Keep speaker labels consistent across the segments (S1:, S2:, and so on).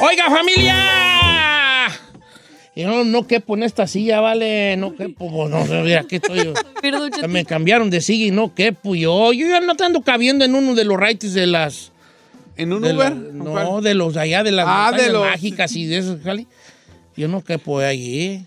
S1: ¡Oiga, familia! Yo no quepo en esta silla, vale. No quepo. No, mira, aquí estoy yo.
S2: Perdón,
S1: Ya Me cambiaron de silla y no quepo yo. Yo ya no te ando cabiendo en uno de los raites de las...
S3: ¿En un
S1: de la-
S3: Uber?
S1: no, de los de allá, de las
S3: Ah,
S1: montañas
S3: de los-
S1: mágicas y de esos, Jali. Yo no quepo allí.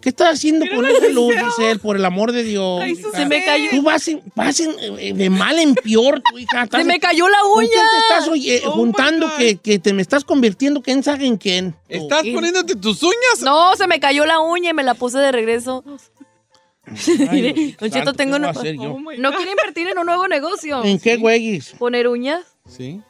S1: ¿Qué estás haciendo con esa luz, Giselle? Por el amor de Dios.
S2: Chachito.
S1: hija?
S2: Se me cayó.
S1: Tú vas, en- vas en- eh, de mal en peor, tu hija. Estás
S2: Se me
S1: en-
S2: cayó la
S1: ¿Con quién te estás
S2: uña.
S1: oye,
S3: Oh my
S1: juntando
S3: God.
S1: que, que te me estás convirtiendo? ¿Quién sabe en quién?
S3: ¿Estás poniéndote tus uñas?
S2: No, se me cayó la uña y me la puse de regreso. Mire,
S1: Dios
S2: Don
S1: santo,
S2: Cheto, tengo
S1: ¿qué voy a
S2: una...
S1: hacer yo?
S2: No quiere invertir en un nuevo negocio.
S1: ¿En qué güeyes?
S2: Poner uñas.
S3: Sí.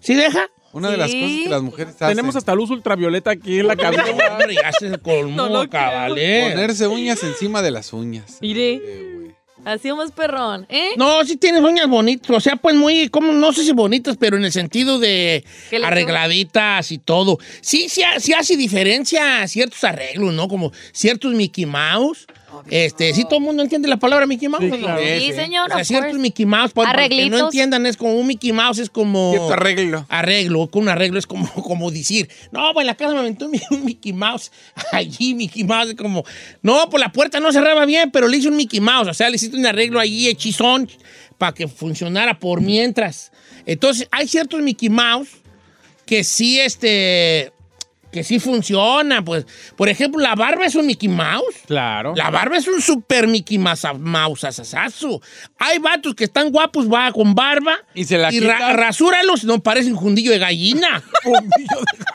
S1: ¿Sí deja?
S3: Una de las
S2: Sí.
S3: cosas que las mujeres hacen.
S4: Tenemos hasta luz ultravioleta aquí en la cabina.
S1: Hombre, ya se colmó,
S2: No lo creo.
S1: cabalé.
S3: Ponerse uñas encima de las uñas.
S2: Mire.
S3: Eh, güey.
S2: Así o más perrón, ¿eh?
S1: No, sí tienes uñas bonitas, o sea, pues muy, como, no sé si bonitas, pero en el sentido de
S2: Que le-
S1: arregladitas y todo. Sí, sí, ha- sí hace diferencia ciertos arreglos, ¿no? Como ciertos Mickey Mouse. Este, sí, todo el mundo entiende la palabra Mickey Mouse.
S4: Sí,
S1: ¿no?
S4: claro.
S1: Eh,
S2: Sí,
S1: o
S2: señor,
S1: sea,
S2: of
S1: ciertos
S2: course.
S1: Mickey Mouse, para para que no
S2: Arreglitos.
S1: entiendan, es como un Mickey Mouse, es como...
S3: Cierto arreglo.
S1: arreglo, con un arreglo es como, como decir, no, pues en la casa me aventó mi- un Mickey Mouse, allí Mickey Mouse, es como, no, pues la puerta no cerraba bien, pero le hice un Mickey Mouse, o sea, le hiciste un arreglo allí hechizón para que funcionara por mientras. Entonces, hay ciertos Mickey Mouse que sí, este, que sí funciona, pues, por ejemplo, la barba es un Mickey Mouse.
S4: Claro.
S1: La barba es un super Mickey Masa- Mouse asasazo. Hay vatos que están guapos va, con barba.
S3: Y se la
S1: ra-
S3: quitan.
S1: rasúralos, no parecen jundillo de gallina.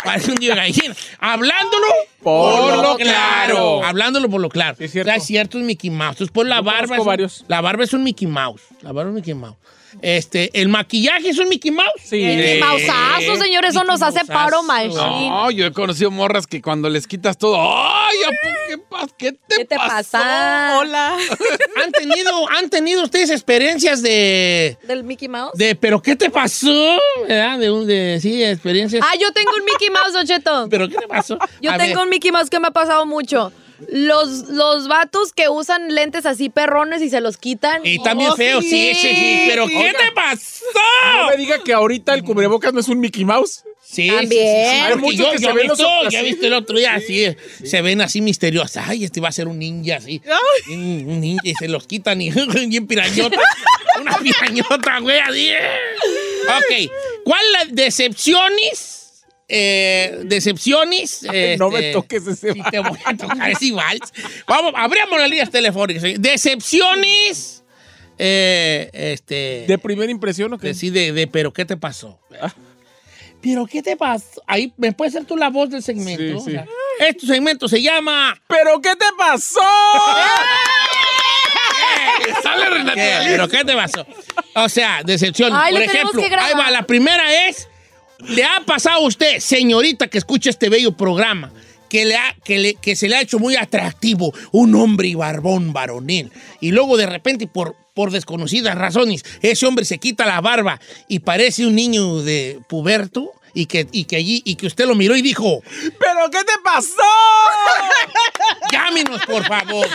S1: Parece un de gallina. Hablándolo
S4: Por lo claro.
S1: Hablándolo por lo claro.
S4: Sí, es cierto.
S1: O sea, es cierto, es Mickey Mouse. Entonces, pues la
S4: Yo
S1: barba.
S4: conozco
S1: Es un-
S4: varios.
S1: La barba es un Mickey Mouse. La barba es un Mickey Mouse. Este, el maquillaje es un Mickey Mouse. Eh,
S4: Sí.
S2: Mickey Mouseazo, señor, eso
S1: Mickey
S2: nos hace
S1: Mouseazo.
S2: paro mal.
S3: No, yo he conocido morras que cuando les quitas todo, ¡ay, ya, pues, qué, pas- qué te,
S2: ¿Qué te
S3: pasó?
S2: pasa?
S4: Hola.
S1: ¿Han tenido, han tenido ustedes experiencias de.
S2: ¿Del Mickey Mouse?
S1: De, pero ¿qué te pasó? ¿Verdad? De, un- de sí, experiencias.
S2: Ah, yo tengo un Mickey Mouse, Don Cheto.
S1: ¿Pero qué te pasó?
S2: Yo
S1: A
S2: tengo
S1: ver,
S2: un Mickey Mouse que me ha pasado mucho. Los, los vatos que usan lentes así perrones y se los quitan.
S1: Y también
S4: Oh,
S1: feo, sí, sí,
S4: sí,
S1: sí. ¿Pero
S4: sí.
S1: qué
S4: Oiga.
S1: te pasó?
S4: No me diga que ahorita el cubrebocas no es un Mickey Mouse.
S1: Sí,
S2: También.
S1: sí, sí, sí,
S2: Hay
S1: porque
S4: muchos
S1: yo,
S4: que
S1: yo
S4: se
S1: vi
S4: ven los
S1: todo,
S4: ojos
S1: yo he
S4: así.
S1: visto el otro día, así, eh, se ven así misteriosas. Ay, este va a ser un ninja, así.
S4: Ay.
S1: Un un ninja, y se los quitan y bien pirañota. Una pirañota, güey, así. eh. Ok, ¿cuál la decepciones? Eh, decepciones.
S4: Ay, no me
S1: este,
S4: toques ese
S1: Sí, te voy a tocar ese vals. Vamos, abramos las líneas telefónicas. Decepciones. eh, este.
S4: ¿De primera impresión o qué? Ah.
S1: de, sí, de- de, pero ¿qué te pasó? ¿Pero qué te pasó? Ahí me puedes ser tú la voz del segmento.
S4: Sí,
S1: O
S4: sí.
S1: sea, este segmento se llama. ¡Ah!
S4: ¿Pero qué te pasó?
S3: Sale Renata
S1: ¿Qué?
S3: Dalí.
S1: ¿Pero qué te pasó? O sea, decepciones.
S2: Ay,
S1: Por
S2: lo tenemos
S1: ejemplo,
S2: que grabar.
S1: ahí va, la primera es, ¿le ha pasado a usted, señorita que escucha este bello programa, que, le ha- que, le- que se le ha hecho muy atractivo un hombre y barbón varonil? Y luego de repente, por, por desconocidas razones, ese hombre se quita la barba y parece un niño de puberto y que, y que allí, y que usted lo miró y dijo,
S4: ¿Pero qué te pasó?
S1: llámenos por favor.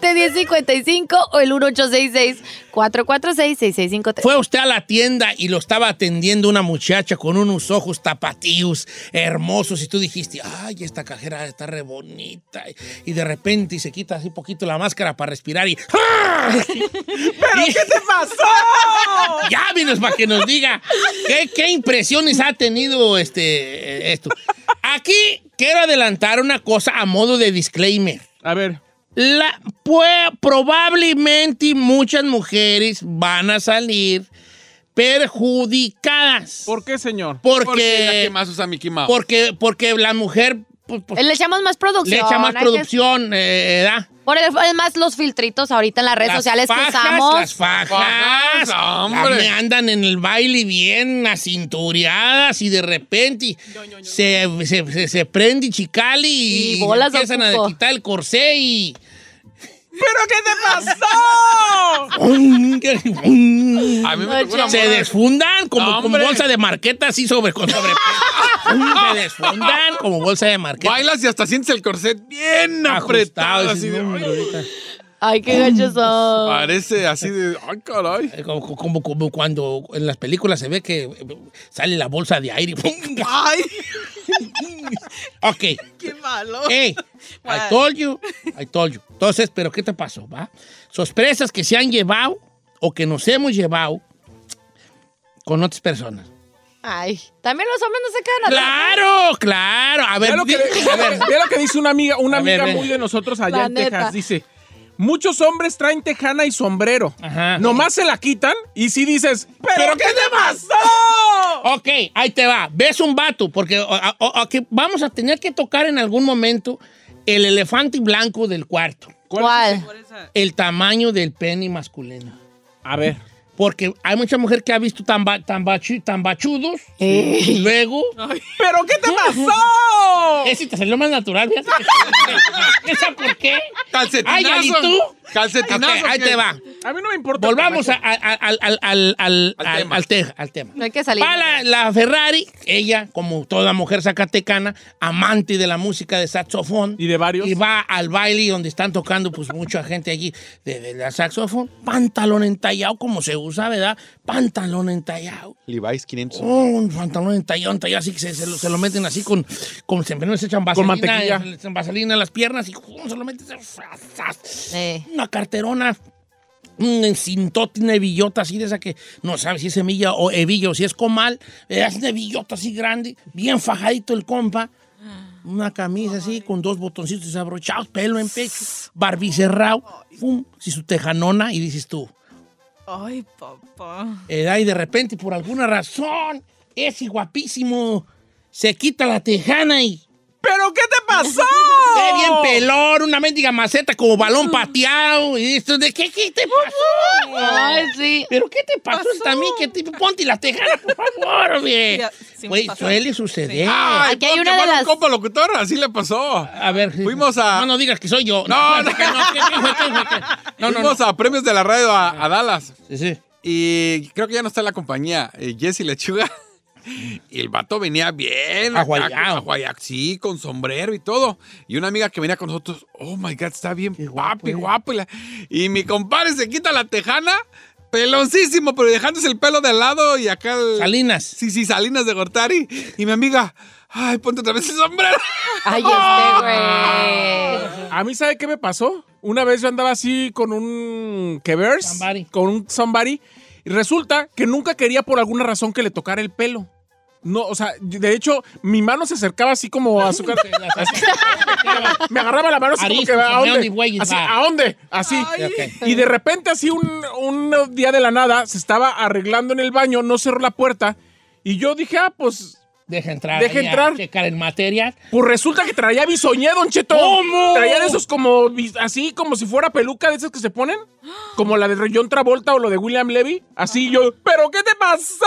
S2: 818-520-1055 o el 1866-446-6653.
S1: Fue usted a la tienda y lo estaba atendiendo una muchacha con unos ojos tapatíos, hermosos, y tú dijiste, ay, esta cajera está re bonita. Y de repente se quita así poquito la máscara para respirar y... ¡ah!
S4: ¿Pero qué te pasó?
S1: Ya vienes para que nos diga qué, qué impresiones ha tenido este, eh, esto. Aquí quiero adelantar una cosa a modo de disclaimer.
S4: A ver.
S1: La, pue- probablemente muchas mujeres van a salir perjudicadas.
S4: ¿Por qué, señor?
S1: Porque,
S3: Porque es la
S1: porque,
S3: que más usa Mickey Mouse.
S1: porque, la mujer pues, pues,
S2: Le echamos más producción.
S1: le echa más
S2: hay que-
S1: producción, eh, ¿verdad?
S2: Por el- además, los filtritos ahorita en las redes
S1: Las
S2: sociales
S1: fajas,
S2: que usamos.
S1: Las fajas,
S3: Fajas, hombre.
S1: la- andan en el baile bien acintureadas y de repente se, se- se- se prende y chicali y,
S2: Y bolas de
S1: empiezan a
S2: cuco.
S1: quitar el corsé y...
S4: ¿Pero qué te pasó?
S3: A mí me tocó una
S1: Se
S3: morra-
S1: desfundan como,
S3: No,
S1: como
S3: hombre.
S1: bolsa de marqueta así sobre con sobre. se desfundan como bolsa de marqueta.
S3: Bailas y hasta sientes el corset bien apretado.
S1: Ajustado,
S3: Así
S1: así,
S3: de,
S1: no,
S3: ay,
S1: hombre, ahorita.
S2: Ay, qué
S1: Mm, pues,
S2: gachos son.
S3: parece así de. ¡Ay, caray!
S1: Eh, Como, como- como cuando en las películas se ve que eh, sale la bolsa de aire.
S5: Ay,
S1: ok.
S5: qué malo.
S1: Hey, I told you, I told you. Entonces, ¿pero qué te pasó? Va? Sorpresas que se han llevado o que nos hemos llevado con otras personas.
S2: Ay, también los hombres no se quedan atrás.
S1: ¡Claro, claro! A ver,
S4: Mira lo, que,
S1: di- a ver,
S4: mira lo que dice una amiga, una
S1: A ver,
S4: amiga
S1: ven.
S4: muy de nosotros allá
S2: La
S4: en
S2: neta.
S4: Texas. Dice, muchos hombres traen tejana y sombrero.
S1: Ajá.
S4: Nomás se la quitan y si dices, ¿pero, qué te pasó?
S1: Ok, ahí te va. Ves un vato, porque o- o- o- que vamos a tener que tocar en algún momento el elefante blanco del cuarto,
S2: ¿Cuál?
S1: el tamaño del pene masculino.
S4: A ver.
S1: Porque hay mucha mujer que ha visto tan, ba- tan, bachu- tan bachudos, y luego
S4: ¿Pero qué te pasó?
S1: Ese te salió más natural, fíjate. ¿Esa por qué? Ay,
S3: ¡Calcetinazo!
S1: ¿y tú?
S3: ¡Calcetinazo!
S1: Ok, ahí
S3: ¿qué?
S1: te va.
S4: A mí no me importa.
S1: Volvamos a- a- al, al, al,
S3: Al
S1: al, al-
S3: tema.
S1: al te- al tema.
S2: No hay que salir.
S1: Va la, la Ferrari, ella, como toda mujer zacatecana, amante de la música de saxofón.
S4: Y de varios.
S1: Y va al baile donde están tocando, pues, mucha gente allí de, de la saxofón. Pantalón entallado, como se usa, ¿verdad? Pantalón entallado.
S3: Levi's 500.
S1: Oh, un pantalón entallado, entallado, así que se, se lo, se lo meten así con, con se, no, se echan vaselina,
S4: mantequilla.
S1: eh, se echan vaselina en las piernas y ¡pum! se lo meten. se- zas.
S2: Eh.
S1: Una carterona, un cintote, una hebillota así de esa que no sabe si es semilla o hebillo, si es comal, eh, es una hebillota así grande, bien fajadito el compa. Una camisa así, con dos botoncitos desabrochados, pelo en pecho, barbicerrao, pum, si su tejanona, y dices tú,
S5: Ay, papá.
S1: eh, y de repente, por alguna razón, ese guapísimo se quita la tejana y
S4: ¿Pero qué te pasó?
S1: ve bien pelón, una mendiga maceta como balón pateado. Y esto de qué, qué te pasó?
S2: Ay, sí.
S1: ¿Pero qué te pasó, también? ¿Qué te, ponte la tejana, por favor, hombre.
S5: Ya, sí me
S1: Güey,
S5: pasó.
S1: suele suceder.
S3: ¡Ay,
S2: Aquí hay
S3: no,
S2: una
S3: que
S2: de
S3: va un
S2: las-
S3: compa locutor, así le pasó.
S1: A ver,
S3: Fuimos a-
S1: No, no digas que soy yo.
S3: No, no.
S1: que que fue, que fue, que- No, no, no.
S3: Fuimos a premios de la radio a, a Dallas.
S1: Sí, sí.
S3: Y creo que ya no está en la compañía. eh, Jesse Lechuga. Y el vato venía bien.
S1: Aguayao.
S3: Aguayao, sí, con sombrero y todo. Y una amiga que venía con nosotros, oh my God, está bien guapo,
S1: eh".
S3: y guapo. Y, la- y mi compadre se quita la tejana, peloncísimo, pero dejándose el pelo de lado y acá el...
S1: Salinas.
S3: Sí, sí, Salinas de Gortari. Y mi amiga, ay, ponte otra vez el sombrero.
S2: Ay, este, güey.
S4: A mí, ¿sabe qué me pasó? Una vez yo andaba así con un que vers,
S1: Somebody.
S4: con un somebody, y resulta que nunca quería por alguna razón que le tocara el pelo. No, o sea, de hecho, mi mano se acercaba así como a su cara. Me agarraba la mano así como
S1: Arisco,
S4: que, ¿a
S1: me only way
S4: dónde?
S1: is
S4: Así,
S1: back.
S4: ¿a dónde? Así. Y de repente, así un, un día de la nada, se estaba arreglando en el baño, no cerró la puerta, y yo dije, ah, pues,
S1: Deja entrar.
S4: Deja
S1: ahí a
S4: entrar.
S1: Checar en materias.
S4: pues resulta que traía bisoñé, Don Cheto.
S1: ¿Cómo?
S4: Traía de esos como, bis- así como si fuera peluca, de esas que se ponen. Como la de John Travolta o lo de William Levy. Así yo, ¿pero qué te pasó?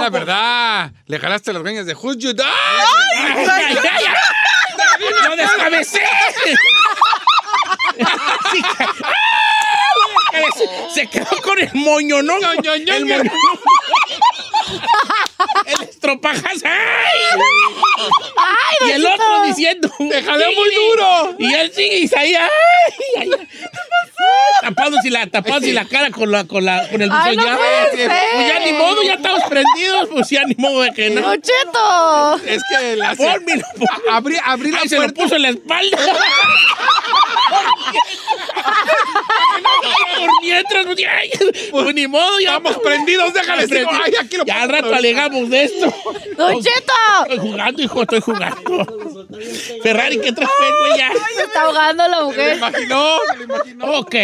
S3: La verdad, le jalaste las greñas de Who's You ¡Ay!
S1: ¡Ay, ay, ay! ay! ¡Lo descabecé! Sí, ca- ¡Ah! Lo descabecé. Se quedó con el moño, ¿no? El moño. El estropajas. ¡Ay! y el otro diciendo. ¡Me jalé muy duro! Y él sigue y ahí. ¡Ay! ay, ay! Tapándose la, tapándose la cara con, la, con, la, con el
S2: Ay,
S1: buzón.
S2: no
S1: ya,
S2: puede
S1: pues,
S2: ser.
S1: ya ni modo, ya estamos prendidos. Pues ya ni modo de que no.
S2: ¡No, Cheto!
S3: Es que la
S1: Pónmelo, pónmelo.
S3: Abrí, abrí la
S1: Ay, se lo
S3: puerta.
S1: puso en la espalda. Por mientras, pues, ay, pues, ni modo, ya
S3: Estamos prendidos, déjale.
S1: Prendí-
S3: Ay, aquí lo
S1: Ya al
S3: pongo
S1: rato
S3: otra vez.
S1: alegamos de esto.
S2: ¡No, Cheto!
S1: Estoy jugando, hijo, estoy jugando. Ferrari, ¿qué traes, güey? Pues Ya.
S2: Se está ahogando la
S3: Se
S2: mujer.
S3: lo imaginó, se lo imaginó.
S1: Ok,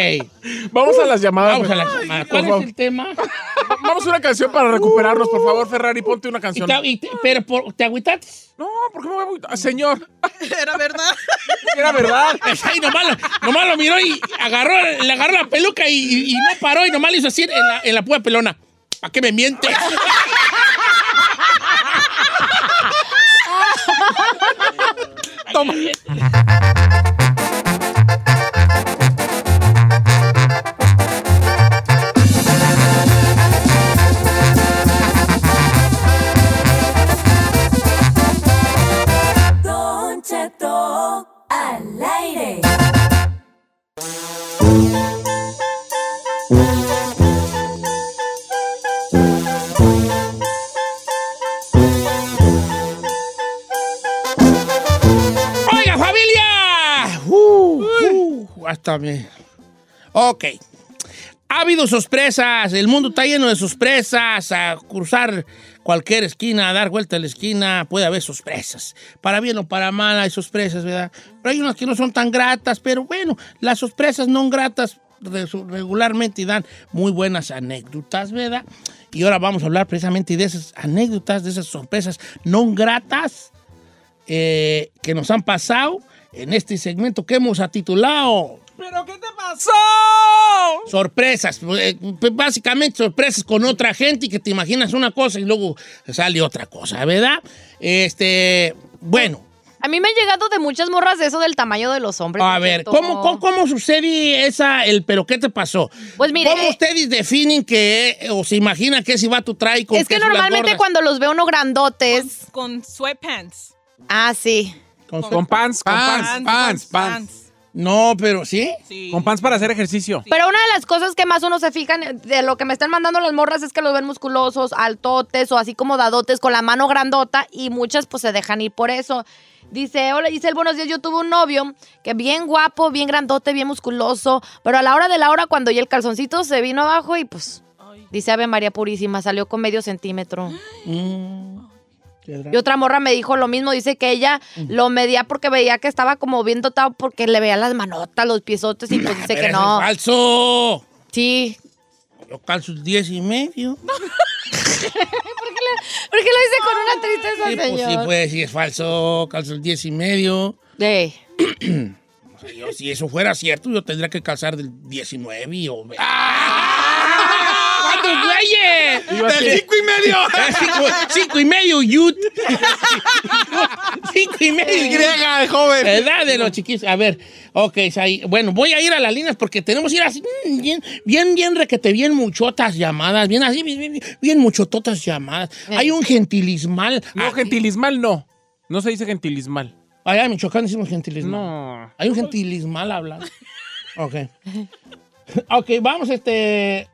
S4: Vamos a las llamadas.
S1: vamos a la llamada. ¿Cuál es
S4: favor.
S1: el tema?
S4: Va- Vamos a una canción para recuperarnos, por favor, Ferrari, ponte una
S1: Y
S4: canción.
S1: te- y te- pero, por- ¿te agüitas?
S4: No, ¿por qué me voy a... agüitar? Señor,
S5: Era verdad.
S4: era verdad.
S1: Ay, Ah, nomás, lo- nomás lo miró y agarró, le agarró la peluca y, y- y no paró y nomás le hizo así en la, en la púa pelona. ¿Para qué me miente? Toma. Uh, hasta me... Ok. Ha habido sorpresas, el mundo está lleno de sorpresas, a cruzar cualquier esquina, a dar vuelta a la esquina, puede haber sorpresas. Para bien o para mal hay sorpresas, ¿verdad? Pero hay unas que no son tan gratas, pero bueno, las sorpresas no gratas resu- regularmente dan muy buenas anécdotas, ¿verdad? Y ahora vamos a hablar precisamente de esas anécdotas, de esas sorpresas no gratas eh, que nos han pasado en este segmento que hemos titulado
S3: ¿Pero qué te pasó?
S1: Sorpresas, eh, pues, básicamente sorpresas con otra gente y que te imaginas una cosa y luego sale otra cosa, ¿verdad? Este, bueno,
S2: A mí me ha llegado de muchas morras eso del tamaño de los hombres.
S1: a
S2: por
S1: ver,
S2: Pues, cierto.
S1: ¿cómo, cómo, cómo sucede esa, el pero qué te pasó?
S2: Pues mire,
S1: ¿Cómo
S2: eh,
S1: ustedes definen que, eh, o se imaginan que ese vato trae con
S2: Es que
S1: son las
S2: normalmente
S1: gordas?
S2: cuando los ve uno grandotes.
S5: Con sweatpants.
S2: Ah, sí.
S1: Con su-
S4: Con pants, con
S3: Pants.
S4: pants.
S3: pants,
S1: No, pero ¿sí?
S5: Sí.
S4: Con pants para hacer ejercicio.
S2: Pero una de las cosas que más uno se fijan eh, de lo que me están mandando las morras es que los ven musculosos, altotes o así como dadotes con la mano grandota y muchas pues se dejan ir por eso. Dice, hola Giselle, buenos días, yo tuve un novio que bien guapo, bien grandote, bien musculoso, pero a la hora de la hora cuando ya el calzoncito se vino abajo y pues,
S5: Ay.
S2: dice Ave María Purísima, salió con medio centímetro.
S1: Mm, ¿verdad?
S2: Y otra morra me dijo lo mismo, dice que ella lo medía porque veía que estaba como bien dotado porque le veía las manotas, los piesotes y pues dice
S1: Pero
S2: que
S1: eso es
S2: no.
S1: ¡Falso!
S2: Sí,
S1: Yo calzo 10 y medio.
S2: Porque lo hice con una tristeza,
S1: Sí, pues sí,
S2: señor.
S1: pues sí, es falso. Calzo 10 y medio.
S2: Ey.
S1: O sea, yo, si eso fuera cierto, yo tendría que calzar del 19 o... ¿Cuántos güeyes?
S3: ¡Del cinco y medio!
S1: Eh, Cinco, cinco y medio, yut. Cinco y medio, yut.
S3: ¡Griega, joven!
S1: Edad de los chiquis. A ver, ok, Saí. bueno, voy a ir a las líneas porque tenemos que ir así, mm, bien, bien, bien, requete, bien muchotas llamadas, bien así, bien, bien, bien muchototas llamadas. Hay un gentilismal.
S4: No, gentilismal no. No se dice gentilismal.
S1: Allá en Michoacán decimos gentilismal.
S4: No.
S1: Hay un gentilismal hablando. Ok. Ok, vamos, este.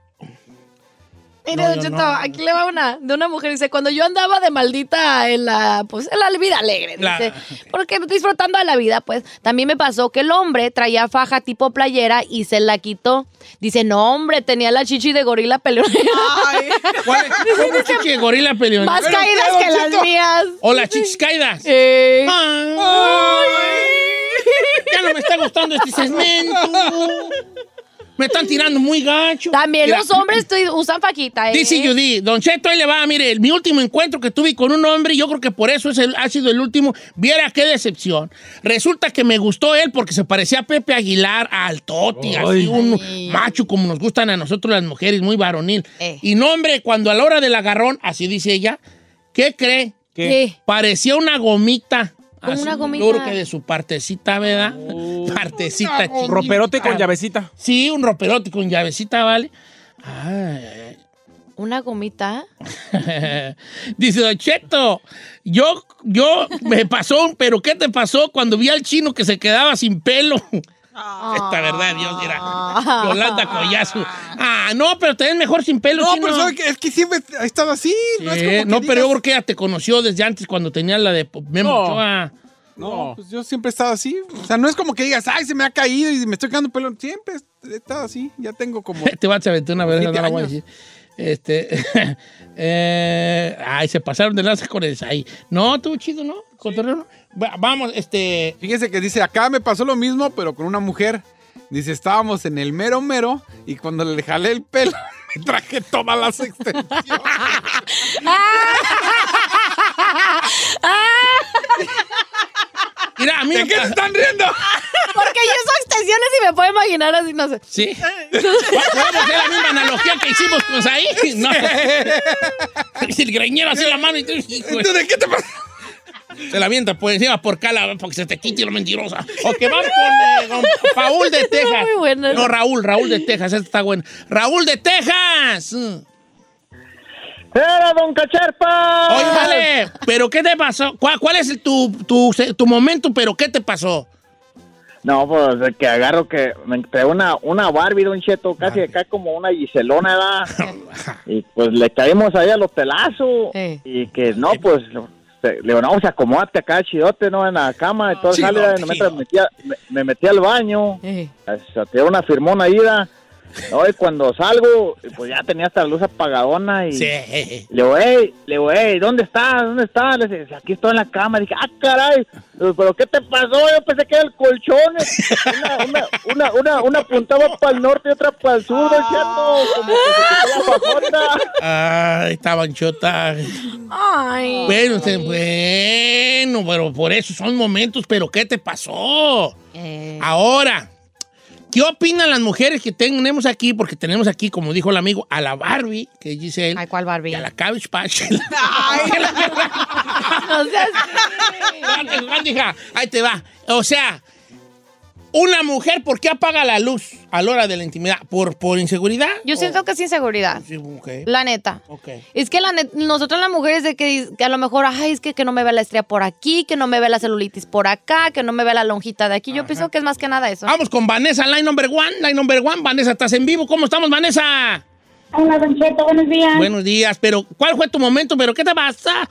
S2: Mire,
S1: No,
S2: don
S1: yo
S2: Cheto,
S1: no.
S2: aquí le va una de una mujer. Dice, cuando yo andaba de maldita en la, pues, en la vida alegre,
S1: La-
S2: dice. Porque disfrutando de la vida, pues, también me pasó que el hombre traía faja tipo playera y se la quitó. Dice, no, hombre, tenía la chichi de gorila peleonera.
S5: Ay.
S1: ¿Cuál es? ¿Cómo chichi de gorila peleón?
S2: Más caídas Eh. que las mías.
S1: O las chichis caídas.
S2: Ey.
S1: Ya no me está gustando este segmento. Me están tirando muy gacho.
S2: También
S1: Mira,
S2: los hombres tu- usan fajita, ¿eh?
S1: Dice Judy, Don Cheto, ahí le va, mire, mi último encuentro que tuve con un hombre, yo creo que por eso es el- ha sido el último, viera qué decepción. Resulta que me gustó él porque se parecía a Pepe Aguilar, al Toti, así un macho como nos gustan a nosotros las mujeres, muy varonil.
S2: Eh.
S1: Y no, hombre, cuando a la hora del agarrón, así dice ella, ¿qué cree?
S2: ¿Qué?
S1: Parecía una gomita.
S2: Como
S1: así,
S2: una gomita.
S1: Yo creo que de su partecita, ¿verdad? partecita chiquita.
S4: Oh. Roperote con llavecita.
S1: Sí, un roperote con llavecita, ¿vale? Ay, ay, ay.
S2: Una gomita.
S1: Dice Don Cheto, yo, yo me pasó, un pero ¿qué te pasó cuando vi al chino que se quedaba sin pelo? Esta verdad, Dios dirá. Ah. Yolanda Collazo. Ah, no, pero te ves mejor sin pelo,
S3: No,
S1: chino.
S3: pero ¿sabe qué? es que siempre ha estado así. No, es
S1: Sí,
S3: como que
S1: no, pero yo
S3: digas-
S1: creo que ella te conoció desde antes cuando tenía la de Memo
S4: No.
S1: Ochoa.
S3: No, pues yo siempre he estado así. O sea, no es como que digas, ay, se me ha caído y me estoy quedando pelo. Siempre he estado así. Ya tengo como.
S1: Te vas a aventar una vez, no
S3: Siete
S1: la voy a
S3: años.
S1: decir. Este, eh, ay, se pasaron de lanza con el ahí. No, estuvo chido, ¿no? Cotorreo, ¿no? Va- Vamos, este,
S3: Fíjese que dice, acá me pasó lo mismo, pero con una mujer. Dice, estábamos en el mero mero y cuando le jalé el pelo, me traje todas las extensiones.
S1: mira, a mí
S3: ¿De
S1: me
S3: qué se
S1: pa-
S3: están riendo?
S2: Porque yo uso extensiones y me puedo imaginar así, no sé.
S1: Sí. ¿Podemos hacer la misma analogía que hicimos con Saí? No. Si el greñero hace la mano y tú, hijo,
S3: Entonces, ¿De qué te pasó?
S1: se la avienta por encima por cala porque se te quite lo mentirosa. O que van con, eh, con Paul de Texas.
S2: Muy buena.
S1: No, Raúl, Raúl de Texas, esta está bueno. Raúl de Texas. Mm.
S6: ¡Era Don Cacharpa!
S1: Oye, vale, pero ¿qué te pasó? ¿Cuál, cuál es el- tu, tu, tu momento, pero qué te pasó?
S6: No, pues de que agarro que me entré una, una Barbie, Don Cheto, casi acá como una Giselona, ¿verdad? y pues le caímos ahí al hotelazo.
S2: Eh.
S6: Y que no, pues lo- este, le digo, no, o sea, acomódate acá, chidote, ¿no? En la cama, y todo,
S1: Chidote,
S6: sale, me,
S1: chidote.
S6: metí a- me, me metí al baño,
S2: Eh.
S6: se tiró una firmona ida, ¿no? Y cuando salgo, pues ya tenía hasta la luz apagadona y...
S1: Sí, eh, eh.
S6: Le digo, hey, le digo, "Ey, ¿dónde estás? ¿Dónde estás? Le dije, aquí estoy en la cama. Le dije, ah, caray, Le digo, ¿pero qué te pasó? Yo pensé que era el colchón. Una, una, una, una, una apuntaba para el norte y otra para el sur, ¿no es cierto? Como que se quitó la papota.
S1: Ay, esta banchota.
S2: Ay.
S1: Bueno, se- bueno, pero por eso son momentos, pero ¿qué te pasó?
S2: Eh,
S1: Ahora, ¿qué opinan las mujeres que tenemos aquí? Porque tenemos aquí, como dijo el amigo, a la Barbie, que dice él,
S2: Ay, ¿cuál Barbie?
S1: y a la Cabbage Patch.
S2: No seas-
S1: Espérate, Juan, hija. Ahí te va. O sea, una mujer, ¿por qué apaga la luz a la hora de la intimidad? ¿Por, por inseguridad?
S2: Yo siento que es inseguridad.
S1: Sí, ok.
S2: La neta.
S1: Ok.
S2: Es que la net- nosotros las mujeres de que, que a lo mejor, ay, es que, que no me ve la estrella por aquí, que no me ve la celulitis por acá, que no me ve la lonjita de aquí. Yo pienso que es más que nada eso.
S1: Vamos con Vanessa, line number one, line number one. Vanessa, estás en vivo. ¿Cómo estamos, Vanessa?
S7: Hola, Don Cheto, buenos días.
S1: Buenos días, pero ¿cuál fue tu momento? ¿Pero qué te pasa?